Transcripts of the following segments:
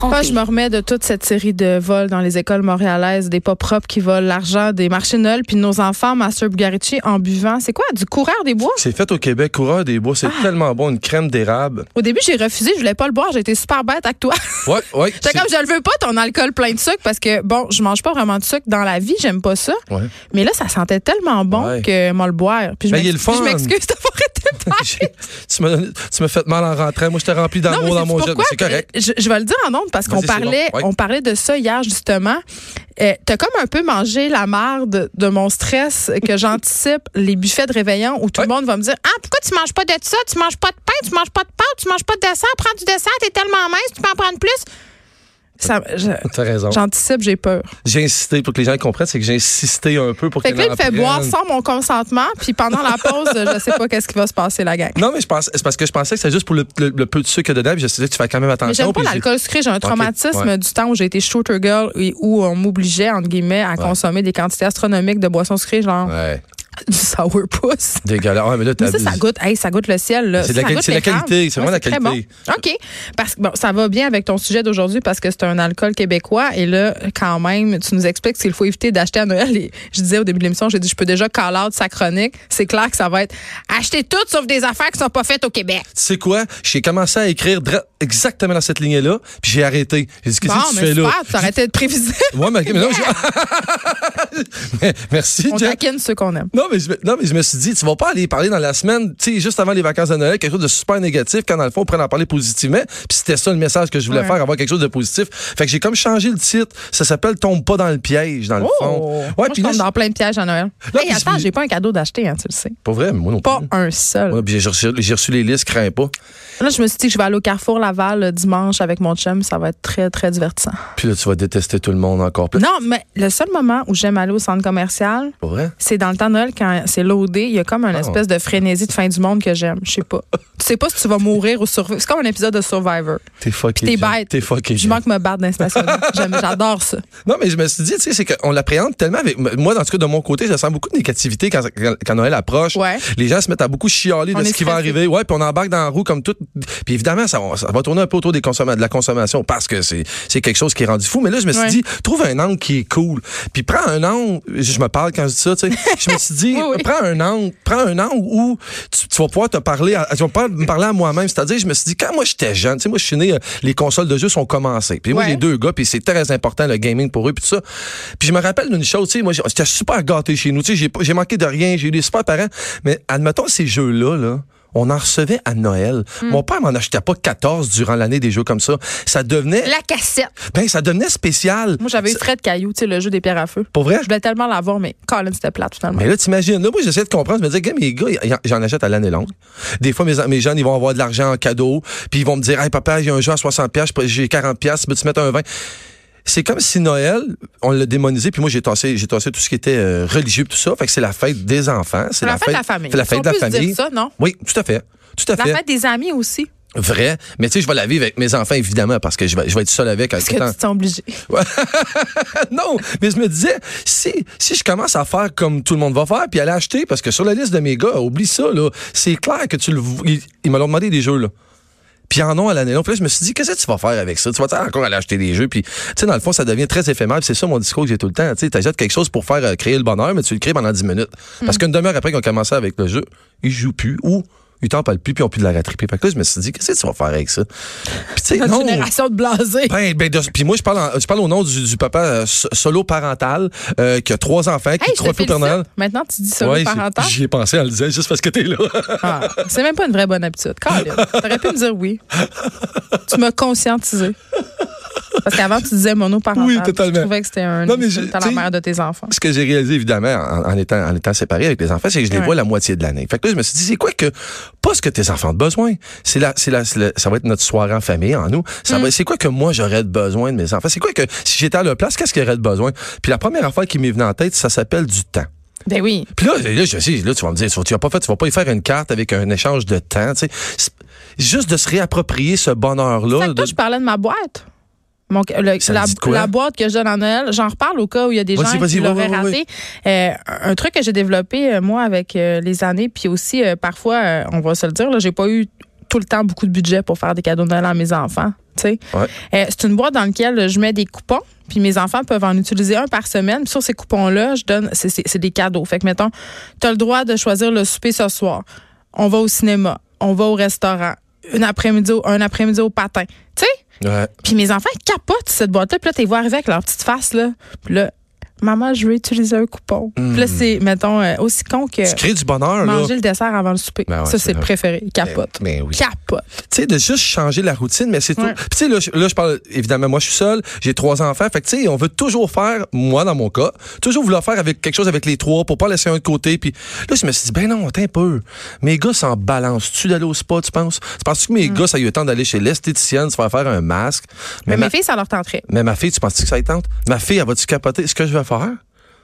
Quand je me remets de toute cette série de vols dans les écoles montréalaises, des pas propres qui volent l'argent des marchés nuls, puis nos enfants master Bugarici en buvant. C'est quoi? Du coureur des bois? C'est fait au Québec, coureur des bois. C'est Ah! tellement bon, une crème d'érable. Au début, j'ai refusé, je voulais pas le boire, j'ai été super bête avec toi. Ouais, ouais. J'étais comme, je le veux pas, ton alcool plein de sucre, parce que, bon, je mange pas vraiment de sucre dans la vie, j'aime pas ça. Ouais. Mais là, ça sentait tellement bon Ouais. que moi le boire. Puis je Ben, il est m'ex- le puis je fun. m'excuse d'avoir été bête. J'ai- tu m'as donné- tu m'as fait mal en rentrant. Moi, je t'ai rempli Non, d'amour mais dans sais-tu mon jet. pourquoi? mais C'est correct. Je, je vais le dire en nombre parce qu'on Vas-y, c'est parlait, bon. Ouais. on parlait de ça hier justement. Euh, T'as comme un peu mangé la marde de mon stress que j'anticipe les buffets de réveillon où tout le monde va me dire ah pourquoi tu manges pas de ça, tu manges pas de pain, tu manges pas de pâtes, tu manges pas de dessert, prends du dessert, t'es tellement mince, tu peux en prendre plus. Ça, je- T'as raison. j'anticipe, j'ai peur. J'ai insisté pour que les gens comprennent, c'est que j'ai insisté un peu pour Fait qu'ils que là, il me fait l'apprennent. boire sans mon consentement, puis pendant la pause, je sais pas qu'est-ce qui va se passer, la gang. Non, mais je pense, c'est parce que je pensais que c'était juste pour le, le- le peu de sucre dedans, puis je me suis dit, tu fais quand même Mais attention. j'aime pas puis j'ai- l'alcool sucré. J'ai un traumatisme ouais. du temps où j'ai été shooter girl et où on m'obligeait, entre guillemets, à consommer des quantités astronomiques de boissons sucrées, genre Ouais, du sourpuss. dégueulasse. Ouais, mais là, Mais t'as ça, ça goûte, hey, ça goûte le ciel. là. C'est de Ça la quali- goûte c'est de la les crabes. qualité, c'est vraiment de la très qualité. bon. OK. Parce que bon, ça va bien avec ton sujet d'aujourd'hui parce que c'est un alcool québécois. Et là, quand même, tu nous expliques qu'il faut éviter d'acheter à Noël. Et je disais au début de l'émission, j'ai dit, je peux déjà call out sa chronique. C'est clair que ça va être acheter tout sauf des affaires qui sont pas faites au Québec. Tu sais quoi? J'ai commencé à écrire dra- exactement dans cette lignée-là, puis j'ai arrêté. J'ai dit, qu'est-ce bon, que tu mais fais super, là? tu aurais été prévisible. Ouais, mais, mais non, j'ai- Merci, On Jack. taquine ceux qu'on aime. Non mais, je, me- non, mais je me suis dit, tu vas pas aller parler dans la semaine, tu sais, juste avant les vacances de Noël, quelque chose de super négatif, quand dans le fond, on pourrait en parler positivement. Puis c'était ça le message que je voulais Ouais. faire, avoir quelque chose de positif. Fait que j'ai comme changé le titre. Ça s'appelle Tombe pas dans le piège, dans le fond. Oh! Moi, puis je là, tombe dans plein de pièges à Noël. Là, hey, puis attends, je- j'ai pas un cadeau d'acheter, hein, tu le sais. c'est Pas vrai, mais moi non plus. Pas un seul. Ouais, puis j'ai reçu, j'ai reçu les listes, crains pas. Là, je me suis dit que je vais aller au Carrefour Laval le dimanche avec mon chum. Ça va être très, très divertissant. Puis là, tu vas détester tout le monde encore plus. Non, mais le seul moment où j'aime aller au centre commercial, Pas vrai? c'est dans le temps de Noël quand c'est loadé. Il y a comme une Ah. espèce de frénésie de fin du monde que j'aime. Je sais pas. tu sais pas si tu vas mourir ou survivre. C'est comme un épisode de Survivor. T'es fucké. Puis t'es Jean. bête. T'es fucké. Je Jean. manque me battre dans les stationnements. J'aime- J'adore ça. Non, mais je me suis dit, tu sais, c'est qu'on l'appréhende tellement. Avec, moi, dans tout cas, de mon côté, je sens beaucoup de négativité quand, quand, quand Noël approche. Ouais. Les gens se mettent à beaucoup chialer On de est ce qui va stressé. arriver. Ouais, puis on embarque dans la roue comme tout. Puis évidemment, ça, va- ça va tourner un peu autour des consomma- de la consommation parce que c'est c'est quelque chose qui est rendu fou. Mais là, je me suis Ouais. dit, trouve un angle qui est cool. Puis prends un angle. Je me parle quand je dis ça, tu sais. Je me suis dit, Oui, oui. prends un angle, prends un angle où tu, tu vas pouvoir te parler, à, tu vas pouvoir me parler à moi-même. C'est-à-dire, je me suis dit, quand moi j'étais jeune, tu sais, moi je suis né, euh, les consoles de jeux sont commencées. Puis moi, Ouais. j'ai deux gars, puis c'est très important le gaming pour eux, puis tout ça. Puis je me rappelle d'une chose, tu sais, moi j'étais super gâté chez nous, tu sais, j'ai pas- j'ai manqué de rien, j'ai eu des super parents, mais admettons ces jeux-là, là. On en recevait à Noël. Hmm. Mon père m'en achetait pas 14 durant l'année des jeux comme ça. Ça devenait, La cassette. ben, ça devenait spécial. Moi, j'avais eu C'est- Fred Caillou, tu sais, le jeu des pierres à feu. Pour vrai? Je voulais tellement l'avoir, mais Colin, c'était plate, finalement. Mais là, t'imagines, là, moi, j'essaie de comprendre. Je me dis, gars, mes gars, y- y- j'en achète à l'année longue. Des fois, mes, mes jeunes, ils vont avoir de l'argent en cadeau, puis ils vont me dire, hey, papa, j'ai un jeu à 60$, piastres, j'ai 40$, piastres, peux-tu mettre un 20$? C'est comme si Noël, on l'a démonisé, puis moi, j'ai tassé, j'ai tassé tout ce qui était euh, religieux, puis tout ça. Fait que c'est la fête des enfants. C'est la fête de la famille. C'est la Si fête on de la peut se dire famille. ça, non? Oui, tout à fait. Tout à La fait. fête des amis aussi. Vrai. Mais tu sais, je vais la vivre avec mes enfants, évidemment, parce que je vais, je vais être seul avec. Parce que tu t'es obligé. non, mais je me disais, si, si je commence à faire comme tout le monde va faire, puis aller acheter, parce que sur la liste de mes gars, oublie ça, là, c'est clair que tu le. vou- Ils, ils me l'ont demandé des jeux, là. Puis ils en ont à l'année longue. Puis là, je me suis dit, qu'est-ce que tu vas faire avec ça? Tu vas encore aller acheter des jeux. Puis, tu sais, dans le fond, ça devient très éphémère. Puis c'est ça mon discours que j'ai tout le temps. Tu sais, t'achètes quelque chose pour faire euh, créer le bonheur, mais tu le crées pendant 10 minutes. Parce qu'une demi-heure après qu'on commençait avec le jeu, ils jouent plus ou ils t'en parlent plus puis ils ont plus de la rattraper. Fait que là, je me suis dit, qu'est-ce que tu vas faire avec ça? Puis tu sais, Notre non. génération de blasés. Ben, ben, de- puis moi, je parle, en- je parle au nom du, du papa euh, so- solo parental euh, qui a trois enfants, Hey, qui je trois te plus félicite. Maintenant, tu dis solo parental. J'y ai pensé en le disant juste parce que t'es là. Ah, c'est même pas une vraie bonne habitude. Colin, t'aurais pu me dire oui. Tu m'as conscientisé. Parce qu'avant, tu disais monoparental. Oui, totalement. Je trouvais que c'était un. Non, mais je- t'as la t'sais- mère de tes enfants. Ce que j'ai réalisé, évidemment, en, en étant, en étant séparé avec les enfants, c'est que je les Ouais. vois la moitié de l'année. Fait que là, je me suis dit, c'est quoi que, pas ce que tes enfants ont besoin. C'est la, c'est la, c'est la- ça va être notre soirée en famille, en nous. Mm. Ça va, c'est quoi que moi, j'aurais de besoin de mes enfants? C'est quoi que, si j'étais à leur place, qu'est-ce qu'ils auraient de besoin? Puis la première affaire qui m'est venue en tête, ça s'appelle du temps. Ben oui. Puis là, là, je sais, là, tu vas me dire, tu vas- tu vas pas fait, tu vas pas y faire une carte avec un échange de temps, tu sais. C'est- Juste de se réapproprier ce Fait bonheur-là. que toi, de- je parlais de ma boîte. Mon- le- Ça la, dit de quoi? la boîte que je donne en Noël, j'en reparle au cas où il y a des Vas-y, gens vas-y, qui oui, l'auraient oui, oui, raté. Euh, un truc que j'ai développé, euh, moi, avec euh, les années, puis aussi, euh, parfois, euh, on va se le dire, là, j'ai pas eu tout le temps beaucoup de budget pour faire des cadeaux de Noël à mes enfants. tu sais. Ouais. Euh, c'est une boîte dans laquelle je mets des coupons, puis mes enfants peuvent en utiliser un par semaine. Puis sur ces coupons-là, je donne, c'est- c'est c'est des cadeaux. Fait que, mettons, tu as le droit de choisir le souper ce soir. On va au cinéma, on va au restaurant, une après-midi, au- un après-midi au patin. Tu sais? Ouais. Puis mes enfants ils capotent cette boîte-là. Puis là, t'es vois arriver avec leur petite face, là. Puis là, maman, je veux utiliser un coupon. Puis là, c'est, mettons, euh, aussi con que Tu crées du bonheur, Hmm. là. manger le dessert avant le souper. Ben ouais, ça, c'est c'est le vrai. Ben, préféré. Ils capotent. Mais oui. Capote. tu sais, de juste changer la routine, mais c'est Ouais. tout. Puis tu sais, là, je- là, je parle, évidemment, moi, je suis seul, j'ai trois enfants. Fait que, tu sais, on veut toujours faire, moi, dans mon cas, toujours vouloir faire avec quelque chose avec les trois pour pas laisser un de côté. Puis là, je me suis dit, ben non, attends un peu. Mes gars s'en balancent. Tu d'aller au spa, tu penses? Tu penses que mes gars, ça y est temps d'aller chez l'esthéticienne, se faire faire un masque? Mm. Mais ma, mes filles, ça leur tenterait. mais ma fille, tu penses que ça y tente? Ma fille, elle va-tu capoter? Ce que je vais faire,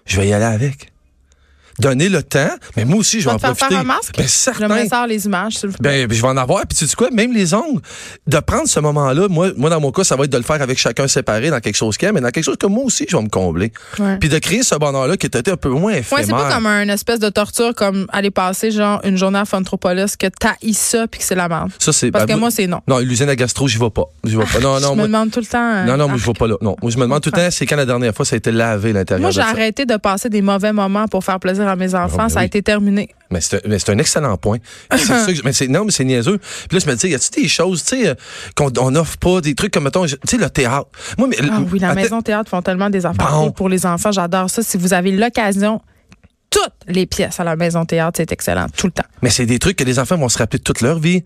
je vais y aller avec. Donner le temps, mais moi aussi, je Tu vais vas en te faire profiter. faire un masque? Ben, Je certain. me sors les images. s'il vous plaît. Ben, ben, je vais en avoir. Puis tu dis quoi? Même les ongles. De prendre ce moment-là, moi, moi, dans mon cas, ça va être de le faire avec chacun séparé dans quelque chose qu'il aime, mais dans quelque chose que moi aussi, je vais me combler. Ouais. Puis de créer ce bonheur-là qui était un peu moins éphémère. Ouais, c'est pas comme une espèce de torture comme aller passer genre une journée à Fontropolis que t'haïs ça puis que c'est la merde. Ça, c'est... Parce ben, que moi, c'est non. Ah, Non, l'usine à gastro, j'y vais pas. J'y vais pas. Non, je non, me moi... demande tout le temps. euh, Non, non, ah. moi, je vais pas là. Non, moi, je me demande tout le temps, c'est quand la dernière fois ça a été lavé l'intérieur Ah, Moi, de j'ai ça. arrêté de passer des mauvais moments pour faire plaisir à mes enfants. ben ça a oui. été terminé. Mais c'est un, mais c'est un excellent point. C'est ça que je- mais c'est- non, mais c'est niaiseux. Puis là, je me dis, y a-tu des choses, tu sais, euh, qu'on on n'offre pas, des trucs comme, mettons, je- tu sais, le théâtre. Moi, mais... Ah oui, la Attends- maison théâtre font tellement des affaires Bon. cool pour les enfants. J'adore ça. Si vous avez l'occasion, toutes les pièces à la maison théâtre, c'est excellent, tout le temps. Mais c'est des trucs que les enfants vont se rappeler toute leur vie.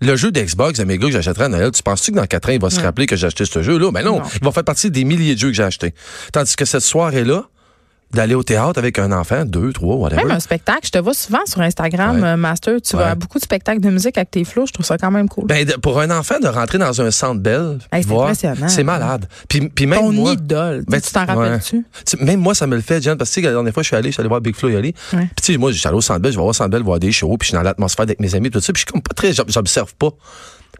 Le jeu d'Xbox, à mes gars, que j'achèterai à Noël, tu penses-tu que dans 4 ans, il va se rappeler que j'ai acheté ce jeu-là? Ben non, Non. il va faire partie des milliers de jeux que j'ai achetés. Tandis que cette soirée-là, d'aller au théâtre avec un enfant, deux, trois, whatever. Même un spectacle, je te vois souvent sur Instagram, Ben Ouais. euh, Master, tu Ouais. vas à beaucoup de spectacles de musique avec tes flots, je trouve ça quand même cool. Ben, de- pour un enfant, de rentrer dans un centre belle, Hey, c'est voir, impressionnant. c'est malade. Puis, puis même Ton moi, idole, Ben, tu t'en ouais. rappelles-tu? Tu sais, Même moi, ça me le fait, John, parce que tu sais, la dernière fois, je suis allé, je suis allé voir Big Flo y aller. Puis, tu sais, moi, je suis allé au Centre Bell, je vais voir au Centre Bell voir des shows, puis je suis dans l'atmosphère avec mes amis, puis tout ça, puis je suis comme pas très, j'ob- j'observe pas.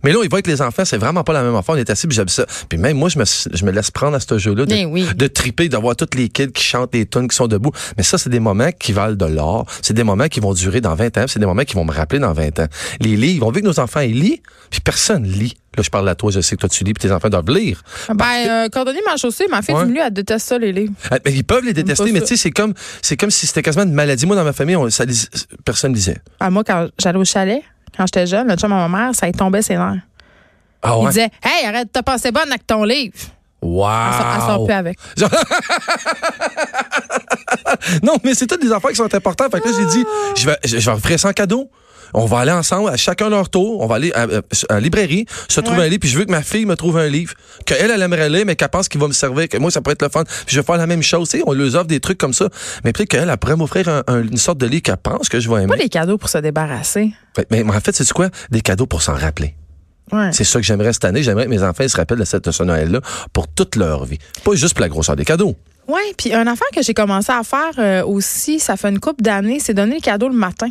Mais là, il va avec les enfants, c'est vraiment pas la même affaire. On est assis, puis j'observe. Puis même moi, je me, je me laisse prendre à ce jeu-là de, Bien Ben oui. de triper, d'avoir tous les kids qui chantent les tunes, qui sont debout. Mais ça, c'est des moments qui valent de l'or. C'est des moments qui vont durer dans 20 ans, puis c'est des moments qui vont me rappeler dans 20 ans. Les livres, on veut que nos enfants, ils lisent, puis personne lit. Là, je parle à toi, je sais que toi, tu lis, puis tes enfants doivent lire. Ben, euh, Cordonnier Manchaussé, ma fille Ouais. du milieu, elle déteste ça, les livres. Ah, mais ils peuvent les pas détester, mais ça. tu sais, c'est comme, c'est comme si c'était quasiment une maladie. Moi, dans ma famille, on, ça, lis- personne lisait. Ah, moi, quand j'allais au chalet, quand j'étais jeune, le chum à ma mère, ça lui tombait ses nerfs. Ah Il disait Hey, arrête, t'as passé bonne avec ton livre. Wow. Elle sort- Elle sort plus avec. Non, mais c'est toutes des affaires qui sont importantes. Fait que là, j'ai dit, je vais, je, je vais offrir 100 cadeaux. On va aller ensemble, à chacun leur tour. On va aller à, euh, à la librairie, se trouver Ouais. un livre, puis je veux que ma fille me trouve un livre. Qu'elle, elle aimerait lire, mais qu'elle pense qu'il va me servir, que moi, ça pourrait être le fun. Puis je vais faire la même chose. Tu sais, on leur offre des trucs comme ça. Mais peut-être qu'elle, elle pourrait m'offrir un- un- une sorte de livre qu'elle pense que je vais Pas aimer. des cadeaux pour se débarrasser. Mais, mais en fait, c'est quoi? Des cadeaux pour s'en rappeler. Ouais. C'est ça que j'aimerais cette année. J'aimerais que mes enfants ils se rappellent de, cette, de ce Noël-là pour toute leur vie. Pas juste pour la grosseur des cadeaux. Oui, puis un affaire que j'ai commencé à faire euh, aussi, ça fait une couple d'années, c'est donner les cadeaux le matin.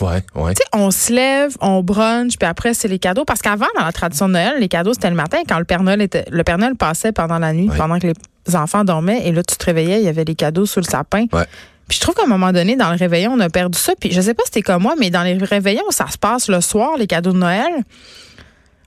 Ouais, ouais. Tu sais, on se lève, on brunch, puis après, c'est les cadeaux. Parce qu'avant, dans la tradition de Noël, les cadeaux, c'était le matin quand le Père Noël, était, le Père Noël passait pendant la nuit, Ouais. pendant que les enfants dormaient. Et là, tu te réveillais, il y avait les cadeaux sous le sapin. Ouais. Puis je trouve qu'à un moment donné, dans le réveillon, on a perdu ça. Puis je sais pas si t'es comme moi, mais dans les réveillons, ça se passe le soir, les cadeaux de Noël.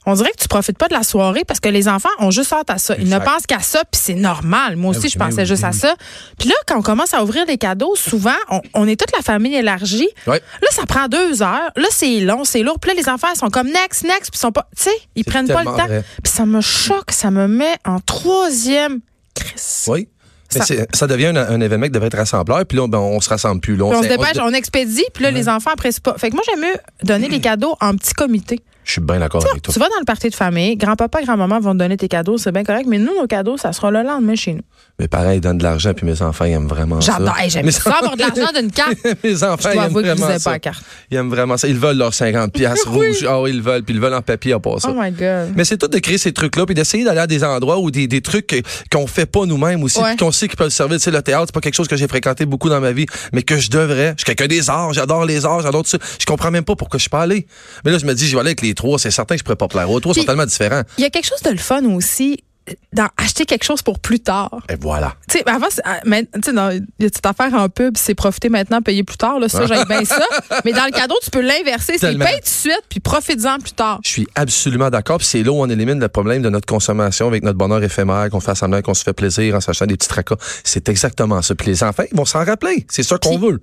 On dirait que tu profites pas de la soirée parce que les enfants ont juste hâte à ça. Ils ne Exact. Ben pensent qu'à ça, puis c'est normal. Moi aussi, oui, je mais pensais oui, juste mais à oui. ça. Puis là, quand on commence à ouvrir les cadeaux, souvent, on, on est toute la famille élargie. Ouais. Là, ça prend deux heures. Là, c'est long, c'est lourd. Puis là, les enfants, ils sont comme next, next, puis ils sont pas. Tu sais, ils C'est prennent pas le tellement temps. vrai. Puis ça me choque, ça me met en troisième. Chris. Oui. Mais Ça- c'est- ça devient un, un événement qui devrait être rassembleur, puis là, ben, on se rassemble plus. Là, oh, Puis on se s'est- dépêche, on expédie, puis là, les enfants après, c'est pas. Fait que moi, j'aime mieux donner les cadeaux en petit comité. Je suis bien d'accord avec toi. Tu vas dans le party de famille, grand-papa, grand-maman vont te donner tes cadeaux, c'est bien correct, mais nous, nos cadeaux, ça sera le lendemain chez nous. Mes parents, ils donnent de l'argent, puis mes enfants, ils aiment vraiment Ah, ça. J'adore, hey, j'aime Mes ça avoir de l'argent d'une carte. Mes Je enfants, dois ils aiment avouer que je vraiment lisais pas ça. la carte. Ils aiment vraiment ça. Ils veulent leurs 50 piastres Oui. rouges. Ah oui, ils le veulent, puis ils le veulent en papier à part ça. Oh my God. Mais c'est tout de créer ces trucs-là, puis d'essayer d'aller à des endroits ou des, des trucs que- qu'on fait pas nous-mêmes aussi, Ouais. puis qu'on sait qu'ils peuvent servir. Tu sais, le théâtre, c'est pas quelque chose que j'ai fréquenté beaucoup dans ma vie, mais que je devrais. Je suis quelqu'un des arts, j'adore les arts, j'adore tout ça. Je comprends même pas pourquoi je suis pas allé. Mais là, je me dis, je vais aller avec les trois, c'est certain que je pourrais pas plaire aux trois, ils sont Puis- tellement différents. Il y a quelque chose de le fun aussi dans acheter quelque chose pour plus tard. Et voilà. Tu sais, avant, c'est- ah, mais, tu sais, dans- il y a cette affaire en pub, c'est profiter maintenant, payer plus tard. Là, ça, j'aime bien ça. Mais dans le cadeau, tu peux l'inverser. C'est Tellement. paye tout de suite, puis profite-en plus tard. Je suis absolument d'accord. Puis c'est là où on élimine le problème de notre consommation avec notre bonheur éphémère, qu'on fait semblant qu'on se fait plaisir en s'achetant des petits tracas. C'est exactement ça. Puis les enfants, ils vont s'en rappeler. C'est ça qu'on Puis- veut.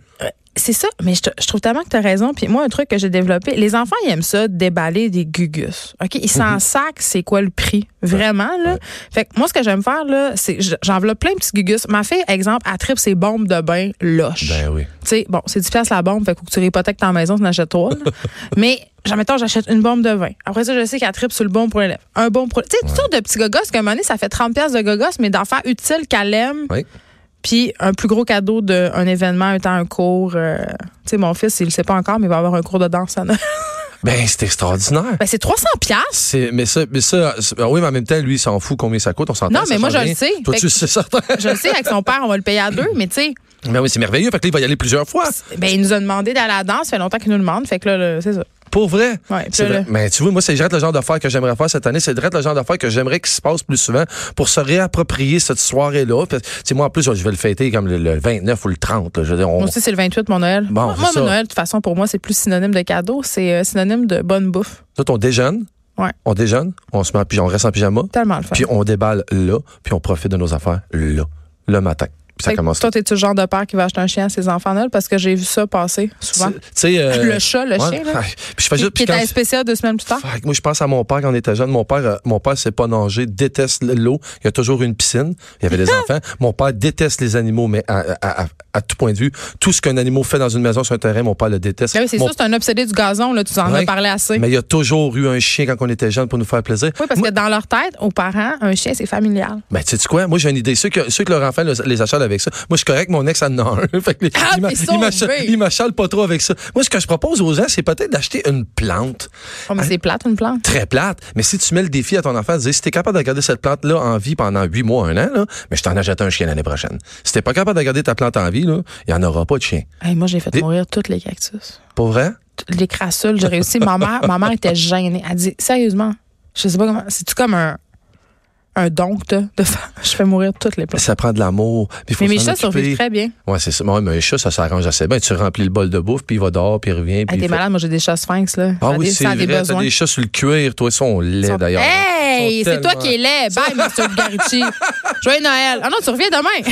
C'est ça, mais je, te- je trouve tellement que tu as raison. Puis moi, un truc que j'ai développé, les enfants, ils aiment ça, déballer des gugus. OK? Ils s'en sacent, c'est quoi le prix? Vraiment, là? Fait que moi, ce que j'aime faire, là, c'est j- j'enveloppe plein de petits gugus. Ma fille, exemple, elle tripe ses bombes de bain loches. Ben oui. Tu sais, bon, c'est 10 piastres la bombe, fait que faut que tu réhypothèques ta maison, tu en achètes trois. là. Mais, genre, mettons, j'achète une bombe de vin. Après ça, je sais qu'elle tripe sur le bon pour l'élève. Un bon pour. Tu sais, toutes sortes de petits gogos, qu'à un moment donné, ça fait 30 piastres de gogos, mais d'enfants utiles qu'elle aime. Oui. Puis un plus gros cadeau d'un événement, un temps, un cours. euh, tu sais, mon fils, il le sait pas encore, mais il va avoir un cours de danse. à Noël. Ben, c'est extraordinaire. ben, c'est 300 piastres. C'est, mais ça, mais ça, c'est- ah oui, mais en même temps, lui, il s'en fout combien ça coûte, on s'entend. Non, ça mais moi, je change le rien. sais. Toi, Fait tu que- sais, certain. Je le sais, avec son père, on va le payer à deux, mais tu sais, Ben oui, c'est merveilleux. Fait que là, il va y aller plusieurs fois. ben, il nous a demandé d'aller à la danse. Ça fait longtemps qu'il nous le demande. Fait que là, là, c'est ça. Pour vrai. Ouais, C'est puis là, vrai. Mais tu vois, moi, c'est direct le genre d'affaires que j'aimerais faire cette année. C'est direct le genre d'affaires que j'aimerais qu'il se passe plus souvent pour se réapproprier cette soirée-là. Puis, Tu sais, moi, en plus, je vais le fêter comme le, le 29 ou le 30. là. Je veux dire, on- Moi aussi, c'est le 28, mon Noël. Bon, moi, c'est moi, ça. mon Noël, de toute façon, pour moi, c'est plus synonyme de cadeau. C'est euh, synonyme de bonne bouffe. Tout, on déjeune. Ouais. On déjeune. On se met, en pyjama- on reste en pyjama. Tellement le fun. Puis on déballe là. Puis on profite de nos affaires là. Le matin. Puis ça Fait que commence là. Toi, t'es-tu le genre de père qui va acheter un chien à ses enfants, Noël? Parce que j'ai vu ça passer souvent. Tu tu sais, euh, Le chat, le ouais. chien, là. Puis je fais Qui, juste. qui puis est à quand- la SPCA deux semaines plus tard. Fait que moi, je pense à mon père quand on était jeune. Mon père, euh, mon père, c'est pas nager, déteste l'eau. Il y a toujours une piscine. Il y avait des enfants. Mon père déteste les animaux, mais à, à- à- à tout point de vue, tout ce qu'un animal fait dans une maison sur un terrain, mon père le déteste. Là, Ah Ben oui, c'est Mon- sûr, c'est un obsédé du gazon, là. Tu en Ouais. as parlé assez. Mais il y a toujours eu un chien quand on était jeune pour nous faire plaisir. Oui, parce que dans leur tête, aux parents, un chien, c'est familial. Ben, tu sais quoi? Moi, j'ai une idée. Ceux que, ceux que leur enfant le- les achètent avec ça. Moi, je suis correct. Mon ex en a un. fait que les- Ah, il m'a- t'es sauvé. il m'achale- il m'achale pas trop avec ça. Moi, ce que je propose aux gens, c'est peut-être d'acheter une plante. Oh, Hein? mais c'est plate, une plante. très plate. Mais si tu mets le défi à ton enfant, de dire, si t'es capable de garder cette plante-là en vie pendant huit mois, un an, là, mais je t'en achète un chien l'année prochaine. Si t'es pas capable de garder ta plante en vie, là, il y en aura pas de chien. Hey, moi, j'ai fait Des- mourir tous les cactus. Pas vrai? Toutes Les crassules, j'ai réussi. ma, mère, ma mère était gênée. Elle dit, sérieusement, je sais pas comment. C'est-tu comme un, un don que t'as de faire? Je fais mourir toutes les plantes. Ça prend de l'amour. puis il faut Mais mes s'en chats occuper. survivent très bien. Ouais, c'est ça. Ouais, mais un chat, ça s'arrange assez bien. Tu remplis le bol de bouffe, puis il va dehors, puis il revient. Hey, Ah, Puis il t'es fait- malade, moi j'ai des chats sphinx, là. Ah Ça a oui, des- c'est ça a des vrai. T'as besoins. des chats sur le cuir. Toi, ils sont laids, Sont- d'ailleurs. Hey, Ils sont c'est toi tellement- qui es laid. Bye, Monsieur Garucci. Joyeux Noël. Ah non, tu reviens demain.